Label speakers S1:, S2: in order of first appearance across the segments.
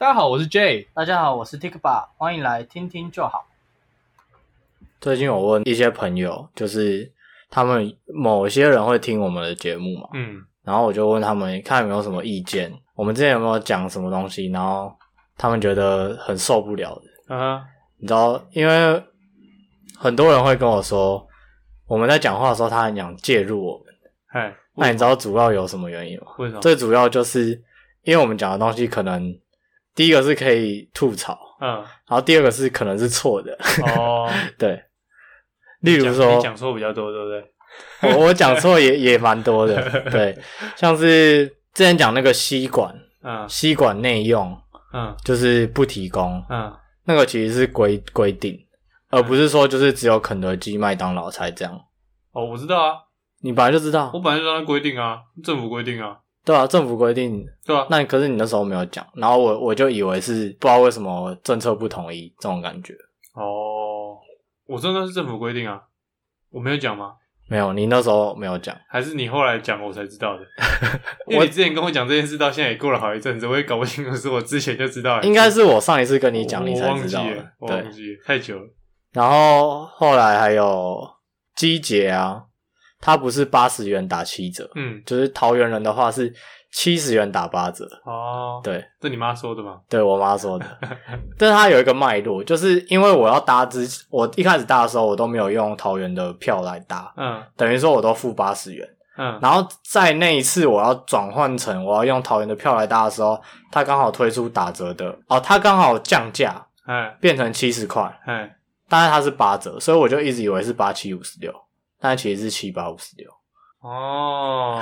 S1: 家好，我是 J。
S2: 大家好，我是 Tikba，欢迎来听听就好。
S3: 最近我问一些朋友，就是他们某些人会听我们的节目嘛，
S1: 嗯，
S3: 然后我就问他们看有没有什么意见，我们之前有没有讲什么东西，然后他们觉得很受不了的。
S1: 啊，
S3: 你知道，因为很多人会跟我说，我们在讲话的时候，他很想介入我们。
S1: 嗨，
S3: 那你知
S2: 嗯
S3: 道主要有什么原因吗？
S1: 为什么？
S3: 最主要就是因为我们讲的东西，可能第一个是可以吐槽，
S1: 嗯，
S3: 然后第二个是可能是错的。
S1: 哦，
S3: 对，例如
S1: 你讲
S3: 说
S1: 你，讲错比较多，对不对？
S3: 我我讲错也 也蛮多的。 对，像是之前讲那个吸管，
S1: 嗯
S3: 吸管内用
S1: 嗯
S3: 就是不提供，
S1: 嗯，
S3: 那个其实是规规定，而不是说就是只有肯德基、麦当劳才这样。
S1: 哦，我知道啊，
S3: 你本来就知道
S1: 我，本来就让他规定啊，政府规定啊，
S3: 对啊，政府规定。
S1: 对啊，
S3: 那可是你那时候没有讲，然后我我就以为是不知道为什么政策不统一这种感觉。
S1: 哦，我真的是政府规定啊，我没有讲吗？
S3: 没有，你那时候没有讲。
S1: 还是你后来讲我才知 道的？
S3: 我
S1: 因为你之前跟我讲这件事，到现在也过了好一阵子，我也搞不清楚是我之前就知道，
S3: 应该是我上一次跟你
S1: 你
S3: 讲，你才
S1: 忘
S3: 知
S1: 记
S3: 道
S1: 了
S3: 的，。
S1: 我
S3: 对
S1: 忘，记了，太久了。
S3: 然后后来还有机捷啊，它不是八十元打七折，
S1: 嗯，
S3: 就是桃园人的话是七十元打八折。
S1: 哦，
S3: 对，
S1: 这你妈说的吗？
S3: 对我妈说的，但是它有一个脉络，就是因为我要搭之，我一开始搭的时候我都没有用桃园的票来搭，
S1: 嗯
S3: 等于说我都付八十元。
S1: 嗯，
S3: 然后在那一次我要转换成我要用桃园的票来搭的时候，它刚好推出打折的哦，它刚好降价
S1: 哎
S3: 变成七十块，
S1: 哎，
S3: 但是它是八折，所以我就一直以为是八七五十六，但其实是七八五十六，
S1: 哦，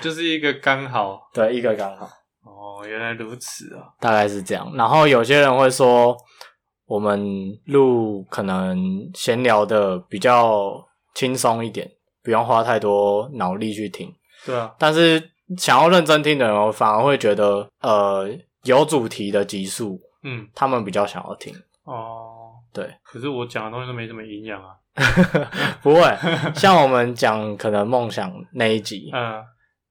S1: 就是一个刚好。
S3: 对，一个刚好，
S1: 哦，原来如此啊。
S3: 大概是这样。然后有些人会说，我们录可能闲聊的比较轻松一点，不用花太多脑力去听，
S1: 对啊，
S3: 但是想要认真听的人哦，反而会觉得呃有主题的集数，
S1: 嗯，
S3: 他们比较想要听。
S1: 哦，
S3: 对，
S1: 可是我讲的东西都没什么营养啊。
S3: 不会像我们讲可能梦想那一集，
S1: 嗯，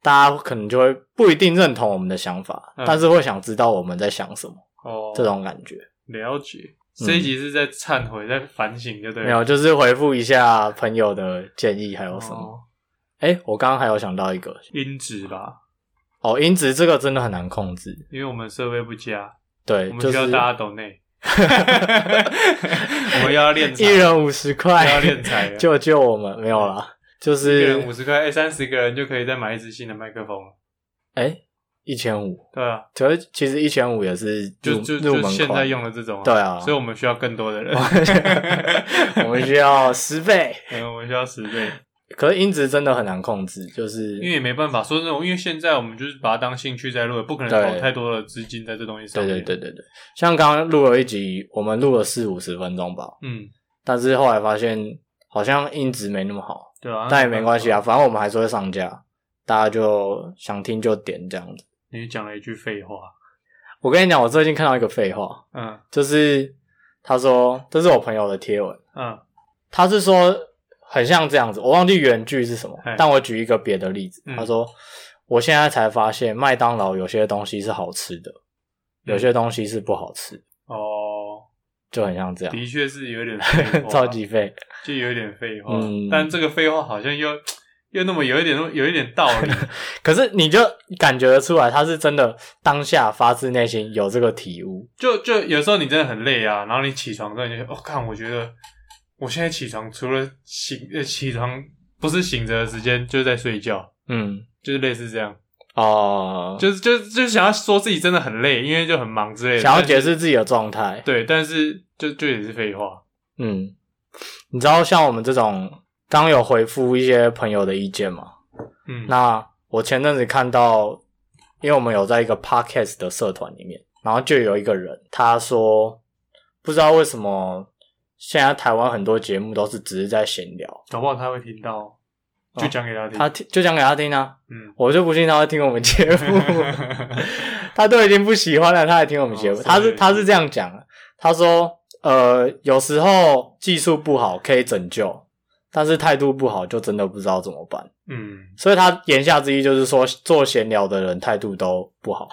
S3: 大家可能就会不一定认同我们的想法，
S1: 嗯
S3: 但是会想知道我们在想什么，
S1: 哦，
S3: 这种感觉。
S1: 了解。
S3: 嗯
S1: 这一集是在忏悔，在反省，就对了。
S3: 没有，就是回复一下朋友的建议，还有什么？
S1: 哦
S3: 哎、我刚刚还有想到一个
S1: 音质吧，
S3: 哦，音质这个真的很难控制。
S1: 因为我们设备不佳，
S3: 对
S1: 我，们
S3: 就
S1: 需要
S3: 是
S1: 大家懂内。 我们要练
S3: 一
S1: 才，
S3: 人五十块，
S1: 要练财 了
S3: 救救我们！没有啦，就
S1: 一个人
S3: 是
S1: 五十块，哎，三十个人就可以再买一支新的麦克风了。
S3: 哎一千五，
S1: 对啊，
S3: 可是其实一千五也是
S1: 就
S3: 入
S1: 就
S3: 入
S1: 就
S3: 门
S1: 现在
S3: 款
S1: 用的这种、
S3: 对啊
S1: 所以我们需要更多的人，
S3: 我们需要十倍，
S1: 嗯，我们需要十倍，
S3: 可是音质真的很难控制，就是
S1: 因为也没办法说真的，因为现在我们就是把它当兴趣在录，不可能
S3: 对
S1: 投太多的资金在这东西上
S3: 对
S1: 面。
S3: 对对，对对，像刚刚录了一集，我们录了四五十分钟吧，
S1: 嗯，
S3: 但是后来发现好像音质没那么好，
S1: 对啊，
S3: 但也没关系
S1: 啊。
S3: 啊，反正我们还是会上架，大家就想听就点这样子。
S1: 你讲了一句废话，
S3: 我跟你讲，我最近看到一个废话，
S1: 嗯
S3: 就是他说这是我朋友的贴文，
S1: 嗯
S3: 他是说很像这样子，我忘记原句是什么
S1: 嘿，
S3: 但我举一个别的例子，
S1: 哎嗯
S3: 他说我现在才发现麦当劳有些东西是好吃的，
S1: 嗯
S3: 有些东西是不好吃，
S1: 哦，
S3: 就很像这样，
S1: 的确是有点废话，
S3: 超级废。
S1: 就有点废话，
S3: 嗯
S1: 但这个废话好像又又那么有一点有一点道理，
S3: 可是你就感觉得出来，他是真的当下发自内心有这个体悟。
S1: 就就有时候你真的很累啊，然后你起床之后你就哦，看我觉得我现在起床除了醒呃起床不是醒着的时间就是在睡觉，
S3: 嗯，
S1: 就是类似这样，
S3: 哦、
S1: 就是就就想要说自己真的很累，因为就很忙之类的，
S3: 想要
S1: 但是
S3: 解释自己的状态。
S1: 对，但是就就也是废话，
S3: 嗯，你知道像我们这种刚有回复一些朋友的意见吗？
S1: 嗯，
S3: 那我前阵子看到，因为我们有在一个 podcast 的社团里面，然后就有一个人他说，不知道为什么现在台湾很多节目都是只是在闲聊，
S1: 搞不好他会听到哦，就讲给他听，
S3: 他听就讲给他听啊，
S1: 嗯，
S3: 我就不信他会听我们 节目，他都已经不喜欢了，他还听我们节目，
S1: 哦
S3: 他是
S1: 所以
S3: 他是这样讲的，他说，呃，有时候技术不好可以拯救，但是态度不好就真的不知道怎么办。
S1: 嗯，
S3: 所以他言下之意就是说，做闲聊的人态度都不好，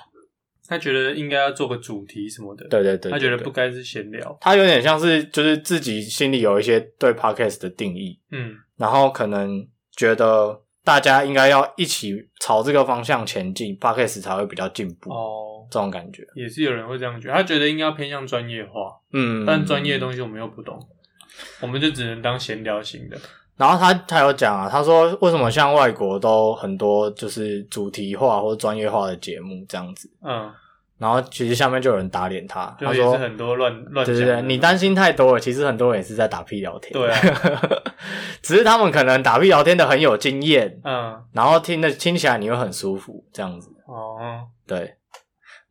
S1: 他觉得应该要做个主题什么的，
S3: 对对对对
S1: 他觉得
S3: 对
S1: 不该是闲聊，
S3: 他有点像是就是自己心里有一些对 podcast 的定义，
S1: 嗯
S3: 然后可能觉得大家应该要一起朝这个方向前进，podcast 才会比较进步，
S1: 哦，
S3: 这种感觉。
S1: 也是有人会这样觉得，他觉得应该要偏向专业化，
S3: 嗯，
S1: 但专业的东西我们又不懂，我们就只能当闲聊型的，
S3: 然后他他有讲啊，他说为什么像外国都很多就是主题化或专业化的节目这样子，
S1: 嗯，
S3: 然后其实下面就有人打脸他，
S1: 就
S3: 他
S1: 也
S3: 说
S1: 是很多乱乱讲的
S3: 对对
S1: 那
S3: 对，
S1: 种，
S3: 你担心太多了，其实很多人也是在打屁聊天，
S1: 对
S3: 啊， 只是他们可能打屁聊天的很有经验，
S1: 嗯
S3: 然后听的听起来你会很舒服这样子，
S1: 哦，
S3: 对。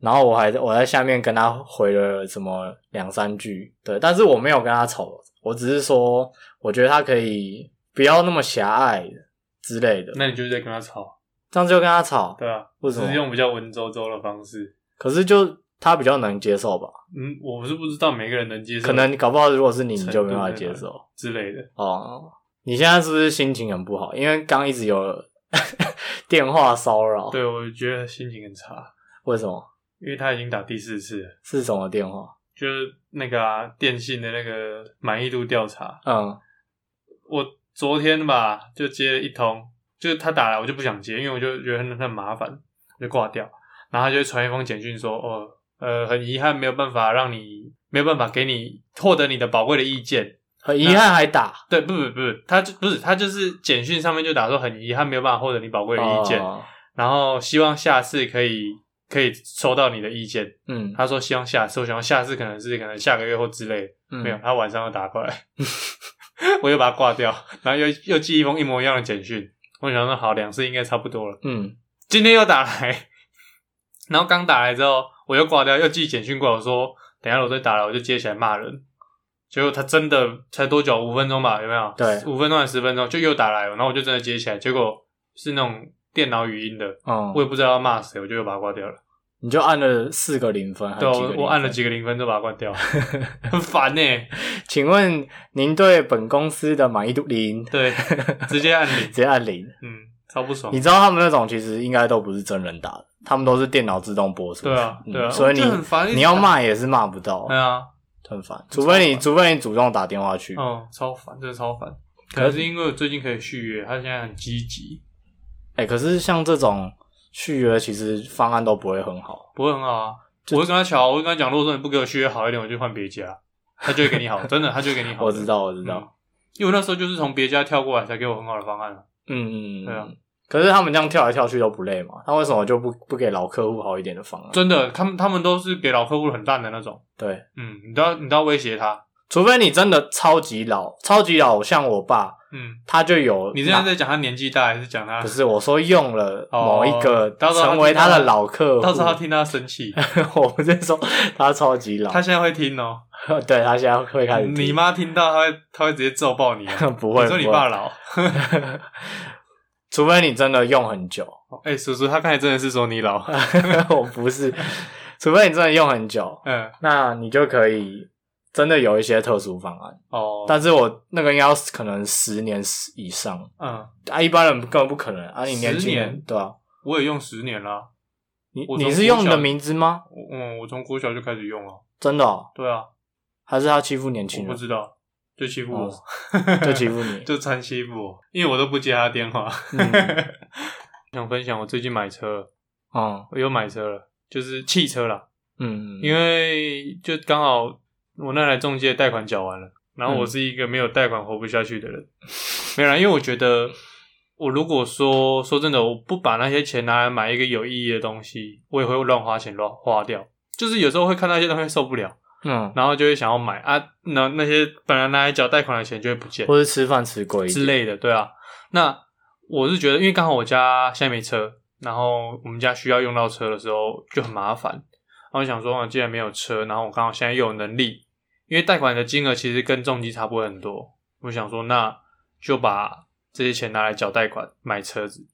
S3: 然后我还我在下面跟他回了什么两三句，对，但是我没有跟他吵，我只是说我觉得他可以不要那么狭隘之类的，
S1: 那你就是在跟他吵，
S3: 这样就跟他吵，
S1: 对啊，
S3: 为什
S1: 只
S3: 么
S1: 是用比较文绉绉的方式，
S3: 可是就他比较能接受吧，
S1: 嗯，我是不知道每个人能接受，
S3: 可能搞不好如果是你，你就
S1: 程
S3: 没
S1: 度
S3: 办法
S1: 那
S3: 接
S1: 个
S3: 受。
S1: 之类的，
S3: 哦，你现在是不是心情很不好？因为刚一直有 电话骚扰。，
S1: 对我觉得心情很差，
S3: 为什么？
S1: 因为他已经打第四次了。
S3: 是什么电话？
S1: 就是那个啊，电信的那个满意度调查，
S3: 嗯
S1: 我昨天吧就接了一通，就是他打来我就不想接，因为我就觉得很很麻烦，就挂掉。然后他就会传一封简讯说，哦，呃，很遗憾没有办法让你，没有办法给你获得你的宝贵的意见。
S3: 很遗憾还打。
S1: 对，不不不，他就不是他就是简讯上面就打说很遗憾没有办法获得你宝贵的意见，
S3: 哦
S1: 然后希望下次可以可以收到你的意见。
S3: 嗯，
S1: 他说希望下次，我想要下次可能是可能下个月或之类的。
S3: 嗯
S1: 没有，。他晚上又打过来， 我又把它挂掉，然后又又寄一封一模一样的简讯。我想说，好，两次应该差不多了。
S3: 嗯，
S1: 今天又打来，然后刚打来之后，我又挂掉，又寄简讯过来，我说等一下我再打来，我就接起来骂人。结果他真的才多久？五分钟吧，有没有？
S3: 对
S1: 五分钟还是十分钟，就又打来了，然后我就真的接起来，结果是那种电脑语音的，
S3: 嗯
S1: 我，也不知道要骂谁，我就又把它挂掉了。
S3: 你就按了四个零分，还
S1: 对啊，
S3: 有几个
S1: 我
S3: 零
S1: 我按了
S3: 分
S1: 几个零分就把它关 掉，很烦欸呢、
S3: 请问您对本公司的满意度零？
S1: 对，直接按零
S3: 直，接按零。
S1: 嗯，超不爽
S3: 你。知道他们那种其实应该都不是真人打的，他们都是电脑自动播出。
S1: 对啊，
S3: 嗯
S1: 对啊，
S3: 所以
S1: 就很
S3: 你
S1: 烦，一直
S3: 你要
S1: 打，
S3: 骂也是骂不到，
S1: 对啊，
S3: 很烦。除非你除非你主动打电话去，
S1: 嗯，超烦，真的超烦。可能是因为我最近可以续约，他现在很积极，
S3: 哎、可是像这种续约，其实方案都不会很好。
S1: 不会很好啊。我会跟他瞧，我会跟他讲，如果说你不给我续约好一点，我就换别家，他就会给你 好，真的，他就会给你好。
S3: 我知，道，我知道，
S1: 因为我那时候就是从别家跳过来，才给我很好的方案啊。
S3: 嗯嗯，
S1: 对啊
S3: 嗯。可是他们这样跳来跳去都不累嘛？那为什么就不不给老客户好一点的方案？
S1: 真的，他们他们都是给老客户很烂的那种，
S3: 对，
S1: 嗯，你都要你都要威胁他，
S3: 除非你真的超级老，超级老，像我爸，
S1: 嗯，
S3: 他就有
S1: 你现在
S3: 拿
S1: 在讲他年纪大，还是讲他
S3: 不？是我说用了某一个
S1: 哦到时候他
S3: 成为
S1: 听到
S3: 的老客户，
S1: 到时候他听他生 气，
S3: 我不是说他超级老，
S1: 他现在会听哦。
S3: 对他现在会开始听
S1: 你？妈听到，她会她会直接揍爆你、啊。
S3: 不会
S1: 你说你
S3: 不会
S1: 爸老。
S3: 除非你真的用很久，
S1: 哎、叔叔，他刚才真的是说你老。
S3: 我不是， 除非你真的用很久，
S1: 嗯，
S3: 那你就可以真的有一些特殊方案。
S1: 哦，
S3: 但是我那个应该要可能十年以上
S1: 嗯，
S3: 啊，一般人根本不可能啊。你年轻
S1: 十
S3: 人
S1: 年
S3: 对啊，
S1: 我也用十年了，
S3: 你
S1: 我从
S3: 你是用你的名字吗？
S1: 我嗯，我从国小就开始用了。
S3: 真的、哦？
S1: 对啊，
S3: 还是他欺负年
S1: 我
S3: 轻
S1: 不
S3: 人，
S1: 知道，就欺负我，
S3: 哦 就欺负你？
S1: 就常欺负我，因为我都不接他电话。
S3: 嗯
S1: 想分享我最近买车了，
S3: 嗯
S1: 我又买车了，就是汽车啦，
S3: 嗯，
S1: 因为就刚好我那台中介贷款缴完了，然后我
S3: 嗯
S1: 是一个没有贷款活不下去的人，没有啦，因为我觉得我如果说说真的，我不把那些钱拿来买一个有意义的东西，我也会乱花钱乱花掉。就是有时候会看到一些东西受不了，
S3: 嗯，
S1: 然后就会想要买啊，那那些本来拿来缴贷款的钱就会不见
S3: 或是吃饭吃贵一
S1: 之
S3: 点，
S1: 类的，对啊。那我是觉得，因为刚好我家现在没车，然后我们家需要用到车的时候就很麻烦，然后我想说，啊，既然没有车，然后我刚好现在又有能力，因为贷款的金额其实跟重疾差不多很多，我想说，那就把这些钱拿来缴贷款买车子，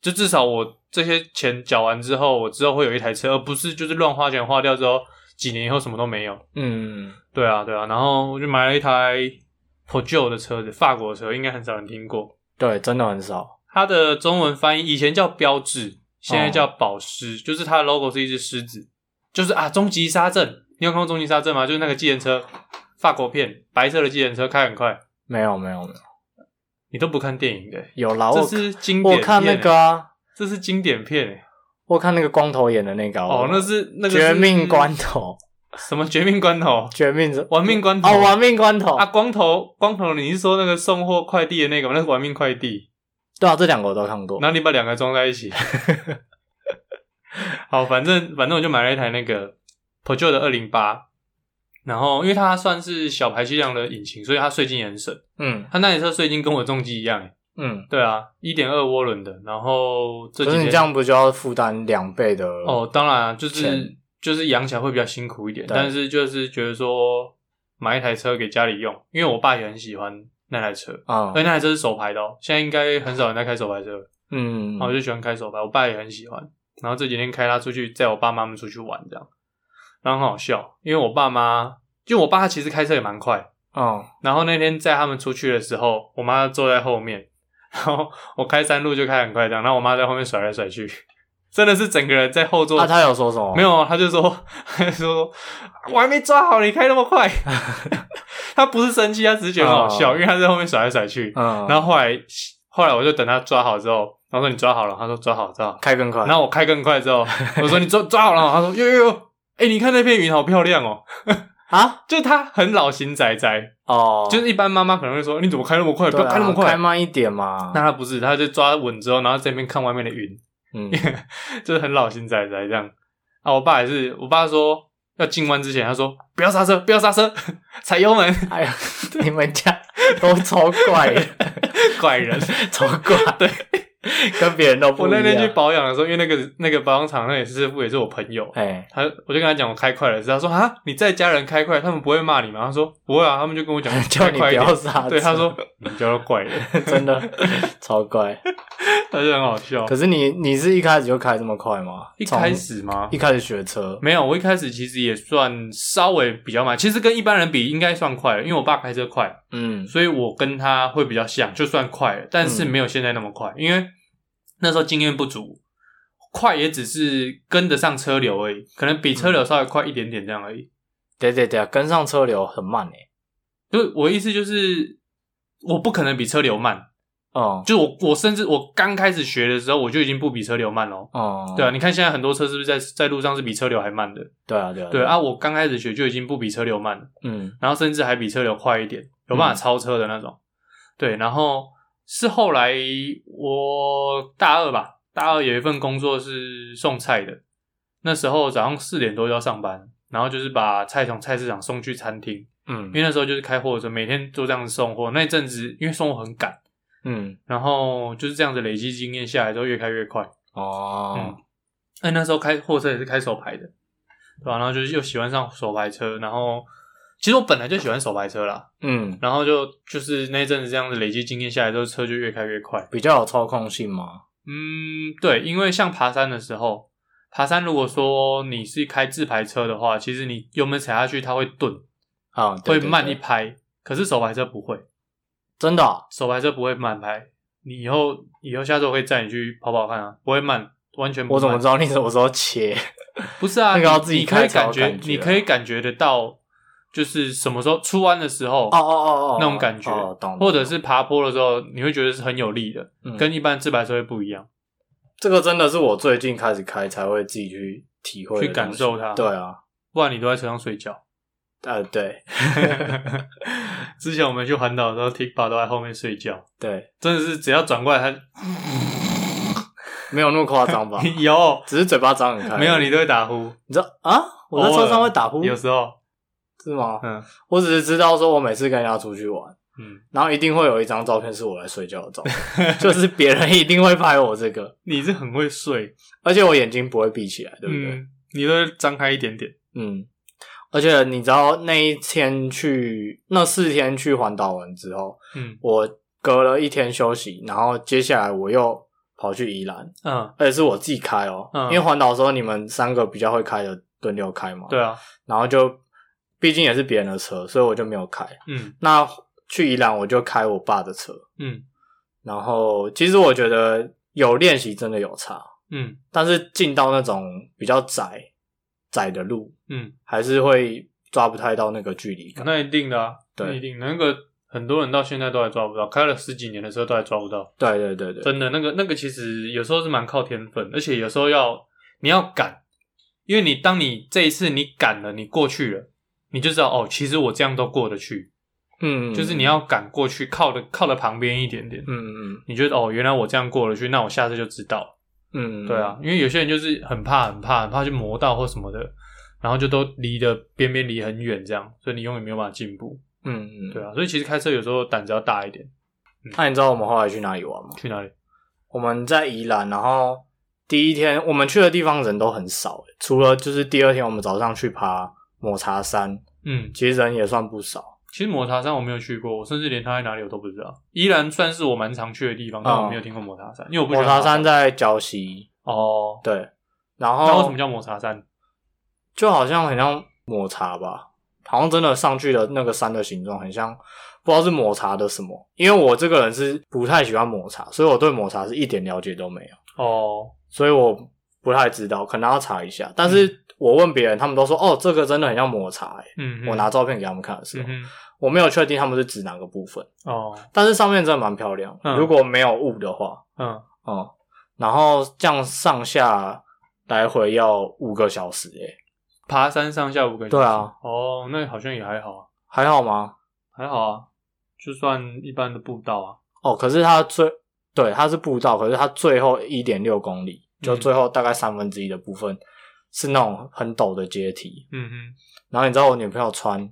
S1: 就至少我这些钱缴完之后，我之后会有一台车，而不是就是乱花钱花掉之后，几年以后什么都没有。
S3: 嗯，
S1: 对啊，对啊，然后我就买了一台 p o j o 的车子，法国车，应该很少人听过。
S3: 对，真的很少，
S1: 它
S3: 哦
S1: 的中文翻译以前叫标志，现在叫宝狮，就是它的 logo 是一只狮子，就是啊，《终极杀阵》，你有看过《终极杀阵》吗？就是那个计程车，法国片，白色的计程车开很快，
S3: 没有没有没有，
S1: 你都不看电影的、
S3: 有啦，
S1: 这
S3: 我
S1: 是经典
S3: 我
S1: 片、
S3: 看那个、啊，
S1: 这是经典片、欸、
S3: 我看那个光头演的那个啊，
S1: 哦，那是那个是
S3: 绝命关头，
S1: 什么绝命关头？
S3: 绝命
S1: 玩命关头
S3: 哦，玩命关头
S1: 啊，光头光头，你是说那个送货快递的那个吗？那是玩命快递，
S3: 对啊，这两个我都看过。
S1: 然后你把两个装在一起。 好，反正反正我就买了一台那个 Peugeot 的二零八，然后因为它算是小排气量的引擎，所以它税金也很省。
S3: 嗯
S1: 它那台车税金跟我重机一样，欸
S3: 嗯，
S1: 对啊，一点二涡轮的。然后这
S3: 可
S1: 几
S3: 是
S1: 天
S3: 你这样不就要负担两倍的？
S1: 哦，当然啊就是
S3: 钱
S1: 就是养起来会比较辛苦一点，
S3: 对
S1: 但是就是觉得说买一台车给家里用，因为我爸也很喜欢那台车，
S3: 啊
S1: 而，且那台车是手排的哦，现在应该很少人在开手排车了，
S3: 嗯
S1: 然后我就喜欢开手排，我爸也很喜欢。然后这几天开他出去，载我爸妈们出去玩这样，然后很好笑，因为我爸妈就我爸他其实开车也蛮快，
S3: 哦，
S1: 然后那天载他们出去的时候，我妈坐在后面，然后我开山路就开很快这样，然后我妈在后面甩来甩去，真的是整个人在后座。
S3: 那啊他有说什么？
S1: 没，有，啊他就说， 他就说我还没抓好，你开那么快。 他不是生气，他只是觉得很好笑，
S3: 哦
S1: 因为他在后面甩来甩去。
S3: 嗯，
S1: 然后后来，后来我就等他抓好之后，然后说你抓好了，他说抓好抓好。
S3: 开更快，
S1: 然后我开更快 之后，我说你抓抓好了吗，他说哟哟哟，哎、你看那片云好漂亮哦。
S3: 啊，
S1: 就他很老型仔仔，
S3: 哦，
S1: 就是一般妈妈可能会说：“你怎么开那么快？不
S3: 对
S1: 要
S3: 啊
S1: 开那么快。
S3: 开慢一点嘛
S1: 那。他不是，他就抓稳之后，然后这边看外面的云，
S3: 嗯，
S1: 就是很老型仔仔这样。啊，我爸也是，我爸说要进弯之前，他说不要刹车，不要刹车， 踩油门，
S3: 哎呀，你们家都超 怪的，
S1: 怪人。
S3: 超 怪，对，跟别人都不
S1: 我
S3: 一
S1: 那
S3: 样。
S1: 天去保养的时候，因为那个那个保养厂那也是也是我朋友，
S3: 哎，
S1: 他我就跟他讲我开快了，他说啊你在家人开快，他们不会骂你吗？他说不会啊，他们就跟 我讲
S3: 叫
S1: 开
S3: 你
S1: 快
S3: 不
S1: 一点
S3: 要刹车。
S1: 对，他说你叫他怪 人，
S3: 真的超怪。
S1: 他就很好笑
S3: 可。是你你是一开始就开这么快吗？
S1: 一开始吗
S3: 从一？开始学车，
S1: 没有，我一开始其实也算稍微比较慢，其实跟一般人比应该算快了，因为我爸开车快，
S3: 嗯
S1: 所以我跟他会比较像，就算快了，但是
S3: 嗯
S1: 没有现在那么快，因为那时候经验不足，快也只是跟得上车流而已，可能比
S3: 嗯
S1: 车流稍微快一点点这样而已。
S3: 对对对，跟上车流很慢欸诶。
S1: 就是我的意思就是，我不可能比车流慢，
S3: 哦
S1: 就是我我甚至我刚开始学的时候，我就已经不比车流慢喽。
S3: 哦，
S1: 对啊，你看现在很多车是不是在在路上是比车流还慢的？
S3: 对啊对啊
S1: 对，啊，我刚开始学就已经不比车流慢了。
S3: 嗯
S1: 然后甚至还比车流快一点，有办法超车的那种。对，然后是后来我大二吧，大二有一份工作是送菜的，那时候早上四点多就要上班，然后就是把菜从菜市场送去餐厅，因为
S3: 嗯
S1: 那时候就是开货车，每天都这样子送货。那一阵子因为送货很赶，
S3: 嗯
S1: 然后就是这样子累积经验下来之后，越开越快。
S3: 哦
S1: 嗯，哎，那时候开货车也是开手排的，对吧、然后就是又喜欢上手排车，然后其实我本来就喜欢手排车啦，
S3: 嗯，
S1: 然后就就是那一阵子这样子累积经验下来之后，车就越开越快。
S3: 比较有操控性嘛。
S1: 嗯，对，因为像爬山的时候，爬山如果说你是开自排车的话，其实你油门踩下去它会顿，
S3: 啊，对
S1: 会
S3: 对
S1: 慢
S3: 对
S1: 一拍。可是手排车不会，
S3: 真的啊
S1: 手排车不会慢拍。你以后以后下次我可以载你去跑跑看啊，不会慢，完全不慢。
S3: 我怎么知道你什么时候切？
S1: 不是啊，
S3: 那个要
S1: 你
S3: 自己
S1: 你可以
S3: 开才有
S1: 感觉，
S3: 感觉啊
S1: 你可以感觉得到，就是什么时候出弯的时候，
S3: 哦哦哦哦，
S1: 那种感觉
S3: 哦懂。
S1: 或者
S3: 懂
S1: 是爬坡的时候，你会觉得是很有力的，
S3: 嗯
S1: 跟一般自排车会不一样。
S3: 这个真的是我最近开始开才会自己去体会的
S1: 去感
S3: 东西
S1: 受它
S3: 对啊，
S1: 不然你都在车上睡 觉。
S3: 呃，对
S1: 之前我们去环岛的时候 t i k b a 都在后面睡觉，
S3: 对，
S1: 真的是只要转过来他，？
S3: 没有那么夸张吧
S1: 有
S3: 只是嘴巴张很开。
S1: 没有你都会打呼，
S3: 你知道啊？我在
S1: 偶尔
S3: 车上会打呼，
S1: 有时
S3: 哦
S1: 候，
S3: 是吗？
S1: 嗯
S3: 我只是知道说，我每次跟人家出去玩，
S1: 嗯，
S3: 然后一定会有一张照片是我来睡觉的照片， 就是别人一定会拍我这个，
S1: 你是很会睡，
S3: 而且我眼睛不会闭起来，对不对？
S1: 嗯，你都会张开一点点，
S3: 嗯。而且你知道那一天去那四天去环岛玩之后，
S1: 嗯
S3: 我隔了一天休息，然后接下来我又跑去宜兰，
S1: 嗯，
S3: 而且是我自己开哦、
S1: 嗯
S3: 因为环岛的时候你们三个比较会开的轮流开嘛，
S1: 对，啊，
S3: 然后就毕竟也是别人的车，所以我就没有开。
S1: 嗯
S3: 那去宜兰我就开我爸的车，
S1: 嗯
S3: 然后其实我觉得有练习真的有差，
S1: 嗯，
S3: 但是进到那种比较窄窄的路，
S1: 嗯，
S3: 还是会抓不太到那个距离感。
S1: 那一定的啊，
S3: 对
S1: 那一定那个很多人到现在都还抓不到，开了十几年的车都还抓不到，
S3: 对对对对，
S1: 真的那个那个其实有时候是蛮靠天分，而且有时候要你要赶，因为你当你这一次你赶了，你过去了，你就知道哦，其实我这样都过得去，
S3: 嗯，
S1: 就是你，要赶过去，靠的靠的旁边一点点，
S3: 嗯嗯
S1: 你觉得哦，原来我这样过得去，那我下次就知道了。
S3: 嗯，
S1: 对啊，，因为有些人就是很怕、很怕、很怕去磨到或什么的，然后就都离的边边离很远，这样，所以你永远没有办法进步。
S3: 嗯嗯，
S1: 对。啊，所以其实开车有时候胆子要大一点。
S3: 那你知道我们后来去哪里玩吗？
S1: 去哪里？
S3: 我们在宜兰，然后第一天我们去的地方人都很少，欸除了就是第二天我们早上去爬抹茶山，
S1: 嗯，
S3: 其实人也算不少。
S1: 其实抹茶山我没有去过，我甚至连它在哪里我都不知道。依然算是我蛮常去的地方，但我没有听过抹茶山，因为我不喜
S3: 抹
S1: 欢
S3: 茶
S1: 爬
S3: 啊山在礁溪，
S1: 哦。
S3: 对，然
S1: 那为什
S3: 后
S1: 么叫抹茶山？
S3: 就好像很像抹茶吧，好像真的上去的那个山的形状很像，不知道是抹茶的什么。因为我这个人是不太喜欢抹茶，所以我对抹茶是一点了解都没有。
S1: 哦，
S3: 所以我不太知道，可能要查一下。但是我问别人，他们都说哦，这个真的很像抹茶、欸。
S1: 嗯，
S3: 我拿照片给他们看的时
S1: 嗯
S3: 候，
S1: 哼，
S3: 我没有确定他们是指哪个部分，
S1: 哦，
S3: 但是上面真的蛮漂亮。
S1: 嗯
S3: 如果没有雾的话，
S1: 嗯，
S3: 嗯，然后这样上下来回要五个小时、欸，
S1: 爬山上下五个小时。
S3: 对啊，
S1: 哦，那好像也还好啊，
S3: 还好吗？
S1: 还好啊，就算一般的步道啊。
S3: 哦，可是它最对它是步道，可是它最后一点六公里，就
S1: 嗯
S3: 最后大概三分之一的部分是那种很陡的阶梯。
S1: 嗯哼，
S3: 然后你知道我女朋友穿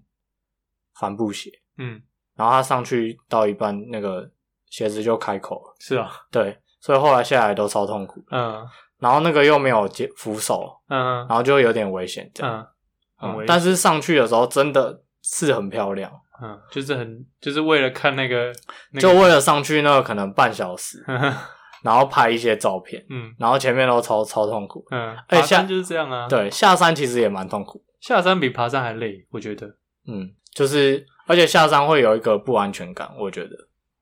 S3: 帆布鞋。
S1: 嗯，
S3: 然后他上去到一半，那个鞋子就开口了，
S1: 是啊，
S3: 对，所以后来下来都超痛苦。
S1: 嗯
S3: 然后那个又没有接扶手，
S1: 嗯
S3: 然后就有点危险这样。
S1: 嗯很危险
S3: 但是上去的时候真的是很漂亮，
S1: 嗯，就是很就是为了看那个，那
S3: 就
S1: 个、
S3: 为了上去那个可能半小时，然后拍一些照片，
S1: 嗯
S3: 然后前面都超超痛苦。
S1: 嗯，
S3: 哎
S1: 爬
S3: 下
S1: 山就是这样啊。，
S3: 对，下山其实也蛮痛苦，
S1: 下山比爬山还累，我觉得。
S3: 嗯，就是而且下山会有一个不安全感，我觉得。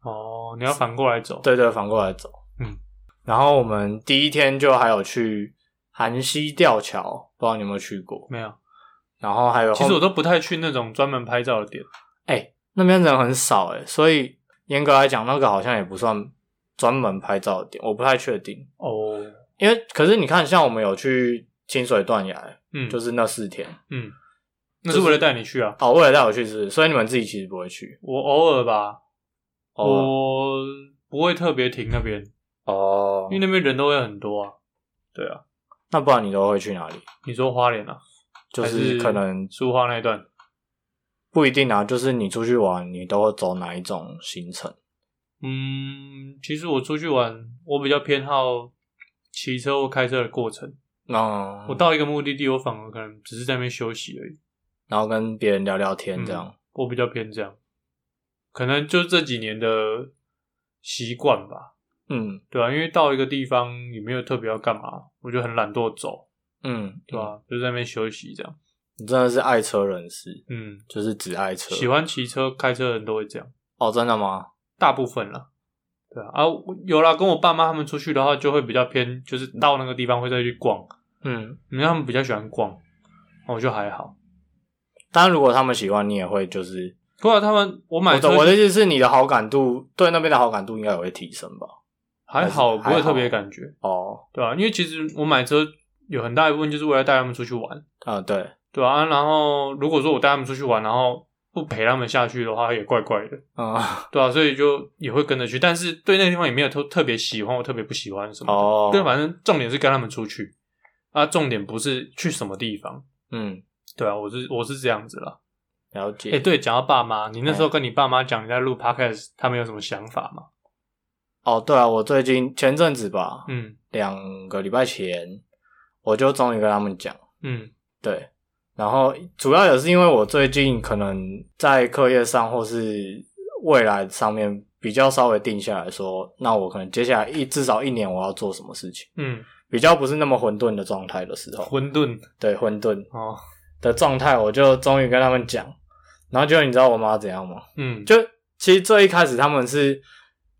S1: 哦，你要反过来走。，
S3: 对对，反过来走。
S1: 嗯，
S3: 然后我们第一天就还有去韩溪吊桥，不知道你有没有去过？
S1: 没有。
S3: 然后还有后，
S1: 其实我都不太去那种专门拍照的点。
S3: 哎、那边人很少哎、所以严格来讲，那个好像也不算专门拍照的点，我不太确定。
S1: 哦，
S3: 因为可是你看，像我们有去清水断崖，
S1: 嗯，
S3: 就是是那四天
S1: 嗯，那是为了带你去啊。
S3: 哦，为了带我去是不是，所以你们自己其实不会去
S1: 我偶尔吧，
S3: 哦
S1: 我不会特别停那边，
S3: 哦
S1: 因为，那边人都会很多啊。对啊，
S3: 那不然你都会去哪里？
S1: 你说花莲啊，
S3: 就
S1: 还是
S3: 可能
S1: 苏花那一段。
S3: 不一定啊，就是你出去玩，你都会走哪一种行程？
S1: 嗯，其实我出去玩，我比较偏好骑车或开车的过程。
S3: 那
S1: 我到一个目的地，我反而可能只是在那边休息而已。
S3: 然后跟别人聊聊
S1: 嗯
S3: 天这样。
S1: 我比较偏这样，可能就这几年的习惯吧，
S3: 嗯
S1: 对啊，因为到一个地方也没有特别要干嘛，我就很懒惰走，
S3: 嗯，
S1: 对啊吧、就在那边休息这样。
S3: 你真的是爱车人士，
S1: 嗯，
S3: 就是只爱车。
S1: 喜欢骑车、开车的人都会这样，
S3: 哦，真的吗？
S1: 大部分啦。对啊，啊，我有啦，跟我爸妈他们出去的话，就会比较偏，就是到那个地方会再去逛，
S3: 嗯，
S1: 因为他们比较喜欢逛，我就还好。
S3: 但如果他们喜欢，你也会就是
S1: 不啊过他们我买
S3: 我
S1: 车
S3: 的我的意思是，你的好感度对那边的好感度应该也会提升吧？
S1: 还好，不
S3: 还好
S1: 会特别感觉，
S3: 哦，
S1: 对啊，因为其实我买车有很大一部分就是为了带他们出去玩，
S3: 啊、对，
S1: 对啊，啊然后如果说我带他们出去玩，然后不陪他们下去的话，也怪怪的，
S3: 嗯，
S1: 对啊，所以就也会跟着去，但是对那个地方也没有特特别喜欢或特别不喜欢什么。
S3: 哦，
S1: 对，反正重点是跟他们出去，啊，重点不是去什么地方，
S3: 嗯，
S1: 对啊，我是我是这样子啦。
S3: 了解。
S1: 哎、对，讲到爸妈，你那
S3: 哎
S1: 时候跟你爸妈讲你在录 podcast，他们有什么想法吗？
S3: 哦，对啊，我最近前阵子吧，
S1: 嗯
S3: 两、个礼拜前，我就终于跟他们讲。
S1: 嗯
S3: 对，然后主要也是因为我最近可能在课业上或是未来上面比较稍微定下来说，那我可能接下来一至少一年我要做什么事情，
S1: 嗯，
S3: 比较不是那么混沌的状态的时候，
S1: 混沌
S3: 对混沌
S1: 哦，
S3: 的状态，我就终于跟他们讲，然后就你知道我妈怎样吗？
S1: 嗯，
S3: 就其实最一开始他们是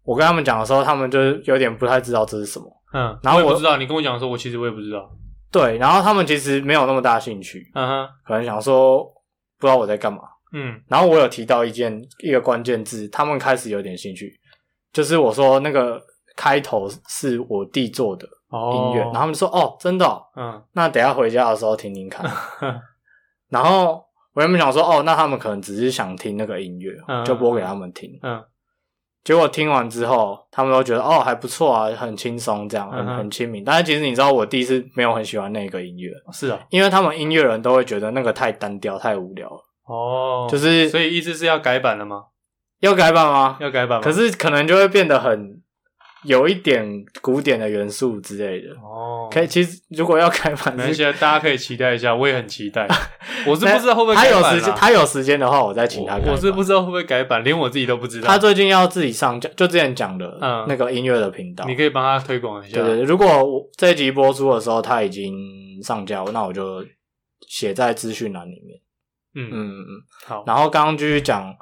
S3: 我跟他们讲的时候，他们就是有点不太知道这是什么，
S1: 嗯，
S3: 然后
S1: 我也
S3: 我
S1: 不知道，你跟我讲的时候，我其实我也不知道，
S3: 对，然后他们其实没有那么大兴趣，
S1: 嗯哼，
S3: 可能想说不知道我在干嘛。
S1: 嗯
S3: 然后我有提到一件一个关键字，他们开始有点兴趣，就是我说那个开头是我弟做的
S1: 哦，
S3: 音乐，然后他们说哦，真的哦、
S1: 嗯
S3: 那等一下回家的时候听 听看。然后我原本想说哦，那他们可能只是想听那个音乐，
S1: 嗯
S3: 就播给他们听。
S1: 嗯
S3: 结果听完之后，他们都觉得哦还不错啊，很轻松，这样很
S1: 嗯哼
S3: 很亲民。但是其实你知道，我弟是没有很喜欢那个音乐，
S1: 是啊，
S3: 因为他们音乐人都会觉得那个太单调、太无聊了。
S1: 哦，
S3: 就是
S1: 所以意思是要改版了吗？
S3: 要改版吗？
S1: 要改版吗？
S3: 可是可能就会变得很有一点古典的元素之类的。
S1: 哦，
S3: 可以，其实如果要改版
S1: 没关
S3: 是
S1: 系啊，大家可以期待一下，我也很期 待。我是
S3: 那
S1: 不知道会不会
S3: 他
S1: 改
S3: 有
S1: 版
S3: 时间，
S1: 啦
S3: 他有时间的话，我再请他改
S1: 我
S3: 版。
S1: 我是不知道会不会改版，连我自己都不知道。
S3: 他最近要自己上架，就之前讲的
S1: 嗯
S3: 那个音乐的频道。
S1: 你可以帮啊他推广一下。
S3: 对对，对如果我这一集播出的时候他已经上架，那我就写在资讯栏里面。
S1: 嗯，
S3: 嗯嗯嗯。
S1: 好，
S3: 然后刚刚继续讲，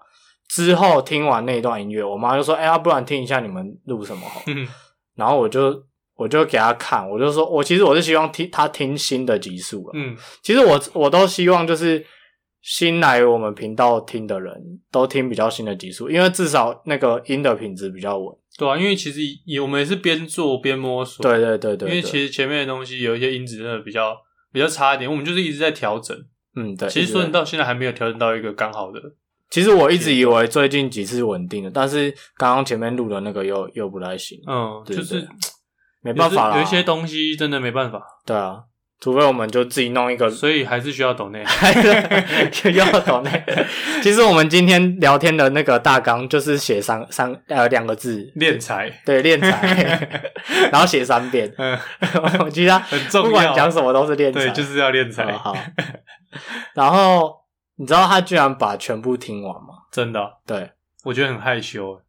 S3: 之后听完那一段音乐，我妈就说：“哎、要不然听一下你们录什么好了。
S1: 嗯
S3: 然后我就我就给他看，我就说我其实我是希望听他听新的集数了。
S1: 嗯
S3: 其实我我都希望就是新来我们频道听的人都听比较新的集数，因为至少那个音的品质比较稳。
S1: 对啊，因为其实也我们也是边做边摸索。
S3: 对对对对对，
S1: 因为其实前面的东西有一些音质真的比较比较差一点，我们就是一直在调整。
S3: 嗯对，
S1: 其实说
S3: 一直
S1: 你到现在还没有调整到一个刚好的。
S3: 其实我一直以为最近几次稳定的，但是刚刚前面录的那个又又不太行，
S1: 嗯，
S3: 对
S1: 就是
S3: 对没办法
S1: 有
S3: 啦，
S1: 时有一些东西真的没办法，
S3: 对啊，除非我们就自己弄一个
S1: 所以还是需要抖 内。
S3: 就要懂那个。 其实我们今天聊天的那个大纲就是写三三呃两个字，
S1: 练财，
S3: 对，练财， 然后写三遍。
S1: 嗯，
S3: 我记得
S1: 很重要
S3: 不管讲什么都是练财，
S1: 对，就是要练财
S3: 哦，好。然后你知道他居然把全部听完吗？
S1: 真的，
S3: 对，
S1: 我觉得很害羞。欸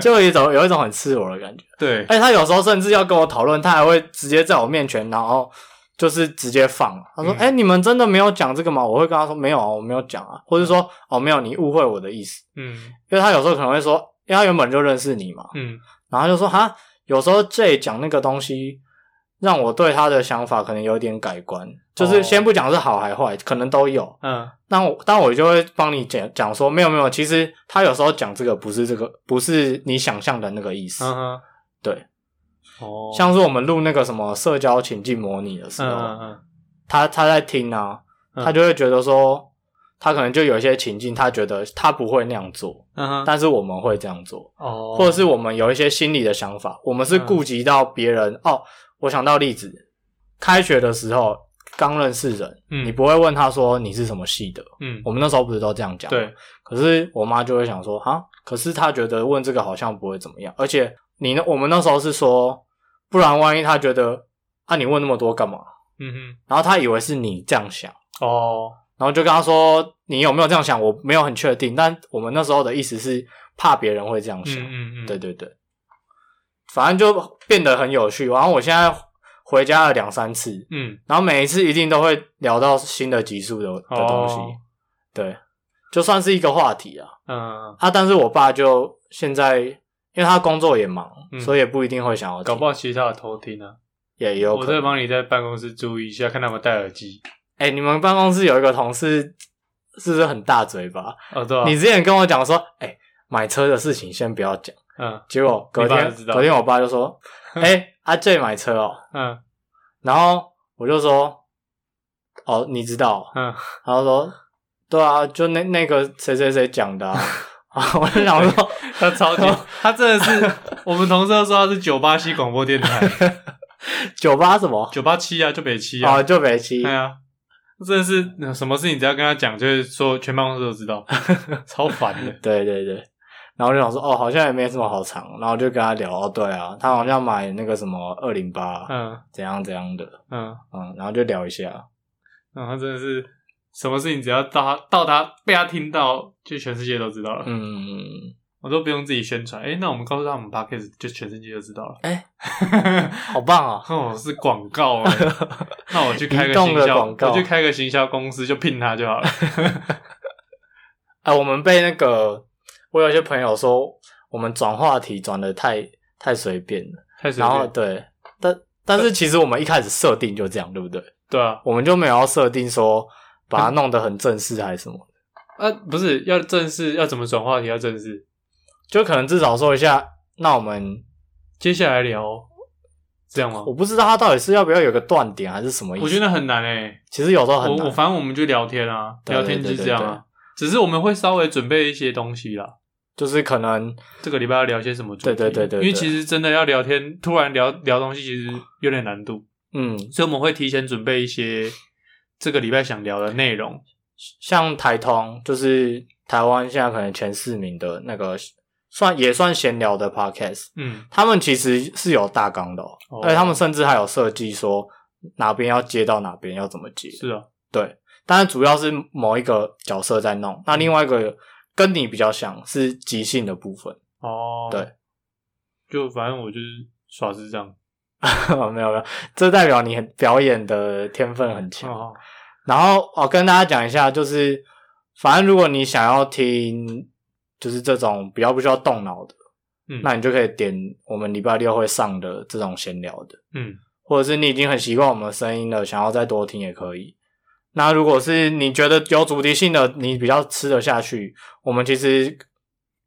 S3: 就有一种有一种很赤裸的感觉。
S1: 对，
S3: 哎，他有时候甚至要跟我讨论，他还会直接在我面前，然后就是直接放。他说：“
S1: 嗯
S3: 哎、你们真的没有讲这个吗？”我会跟他说：“没有啊，我没有讲啊。”或者说：“哦，没有，你误会我的意思。”
S1: 嗯
S3: 因为他有时候可能会说，因为他原本就认识你嘛，
S1: 嗯
S3: 然后他就说哈，有时候 J 讲那个东西，让我对他的想法可能有点改观，
S1: 哦
S3: 就是先不讲是好还坏，可能都有。
S1: 嗯
S3: 那我但我就会帮你讲讲说，没有没有，其实他有时候讲这个不是这个，不是你想象的那个意思。
S1: 嗯哼，
S3: 对，
S1: 哦，
S3: 像是我们录那个什么社交情境模拟的时候，
S1: 嗯嗯嗯，
S3: 他他在听啊，
S1: 嗯
S3: 他就会觉得说，他可能就有一些情境，他觉得他不会那样做，
S1: 嗯哼，
S3: 但是我们会这样做。
S1: 哦，嗯
S3: 或者是我们有一些心理的想法，我们是顾及到别人、哦。我想到例子，开学的时候刚认识人，
S1: 嗯
S3: 你不会问他说你是什么系的，
S1: 嗯
S3: 我们那时候不是都这样讲？
S1: 对。
S3: 可是我妈就会想说，哈，可是她觉得问这个好像不会怎么样，而且你那我们那时候是说，不然万一她觉得啊你问那么多干嘛？
S1: 嗯
S3: 然后她以为是你这样想。
S1: 哼，哦，
S3: 然后就跟她说：“你有没有这样想？我没有很确定，但我们那时候的意思是怕别人会这样
S1: 嗯
S3: 想。
S1: 嗯嗯，
S3: 对对对，反正就变得很有趣。然后我现在回家了两三次，
S1: 嗯，
S3: 然后每一次一定都会聊到新的集数的的东西，
S1: 哦
S3: 对，就算是一个话题啊。
S1: 嗯，
S3: 啊，但是我爸就现在，因为他工作也忙，
S1: 嗯
S3: 所以也不一定会想要听，
S1: 搞不好其他有偷听啊呢。
S3: 也有
S1: 我
S3: 可
S1: 再
S3: 能。
S1: 帮你在办公室注意一下，看他有没有戴耳机。
S3: 哎、你们办公室有一个同事是不是很大嘴巴？
S1: 哦，对啊，
S3: 你之前跟我讲说，哎、买车的事情先不要讲，
S1: 嗯
S3: 结果隔
S1: 你爸
S3: 天
S1: 就知道
S3: 隔天我爸 就说，哎、阿 J 买车哦、
S1: 嗯
S3: 然后我就说，哦，你知道？
S1: 嗯，
S3: 然后说，对啊，就那那个谁谁谁讲的啊。然后我就想说，
S1: 他超级，
S3: 哦
S1: 他真的是，我们同事都说他是九八七广播电台，
S3: 酒吧什么？
S1: 九八七啊，就北七啊
S3: 哦，，就 北七
S1: 对。啊，真的是嗯什么事情只要跟他讲，就是说全办公室都知道， 超烦的。
S3: 对对对。然后我就想说，哦，好像也没什么好藏。然后就跟他聊，哦，对啊，他好像买那个什么二零八，
S1: 嗯
S3: 怎样怎样的，
S1: 嗯
S3: 嗯，然后就聊一下。
S1: 嗯，他真的是什么事情只要到他到他被他听到，就全世界都知道了。
S3: 嗯，
S1: 我都不用自己宣传，哎、那我们告诉他我们 podcast 就全世界就知道了。
S3: 哎好棒哦！
S1: 哦，是广告 哎、那我去开个
S3: 移动
S1: 行
S3: 的
S1: 销，
S3: 广告
S1: 我去开个行销公司就聘他就好 了。
S3: 哎、我们被那个，我有一些朋友说，我们转话题转的太太随便了。
S1: 太随
S3: 然后
S1: 便，
S3: 对，但但是其实我们一开始设定就这样，对不对？
S1: 对啊，
S3: 我们就没有要设定说把它弄得很正式还是什么，
S1: 啊，不是要正式，要怎么转话题？要正式，
S3: 就可能至少说一下。那我们
S1: 接下来聊这样吗？
S3: 我不知道他到底是要不要有个断点还是什么意思。
S1: 我觉得很难诶、欸
S3: 其实有时候哦很
S1: 我我
S3: 难。
S1: 反正我们就聊天啊，
S3: 对
S1: 聊天就是这样
S3: 对对对
S1: 啊。只是我们会稍微准备一些东西啦。
S3: 就是可能
S1: 这个礼拜要聊些什么主题？啊
S3: 对对对对对
S1: 因为其实真的要聊天，突然聊聊东西，其实有点难度，
S3: 嗯，
S1: 所以我们会提前准备一些这个礼拜想聊的内容。
S3: 像台通就是台湾现在可能前四名的那个算也算闲聊的 podcast，
S1: 嗯，
S3: 他们其实是有大纲的、哦，
S1: 哦
S3: 而且他们甚至还有设计说哪边要接到哪边要怎么接。
S1: 是啊，
S3: 但是主要是某一个角色在弄，
S1: 嗯
S3: 那另外一个跟你比较像是即兴的部分，
S1: 哦，
S3: 对，
S1: 就反正我就是耍智障。
S3: 没有没有，这代表你很表演的天分很强。
S1: 哦，
S3: 然后我、哦跟大家讲一下，就是反正如果你想要听，就是这种比较不需要动脑的，
S1: 嗯，
S3: 那你就可以点我们礼拜六会上的这种闲聊的，
S1: 嗯，
S3: 或者是你已经很习惯我们的声音了，想要再多听也可以。那如果是你觉得有主题性的，你比较吃得下去，我们其实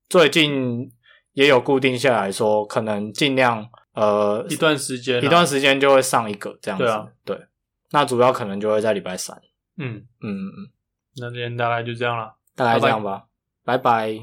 S3: 最近也有固定下来说，可能尽量呃
S1: 一段时间啊，
S3: 一段时间就会上一个这样子。
S1: 对啊
S3: 对那主要可能就会在礼拜三。
S1: 嗯，
S3: 嗯，嗯嗯
S1: 那今天大概就这样了。
S3: 大概
S1: 拜拜
S3: 这样吧，拜拜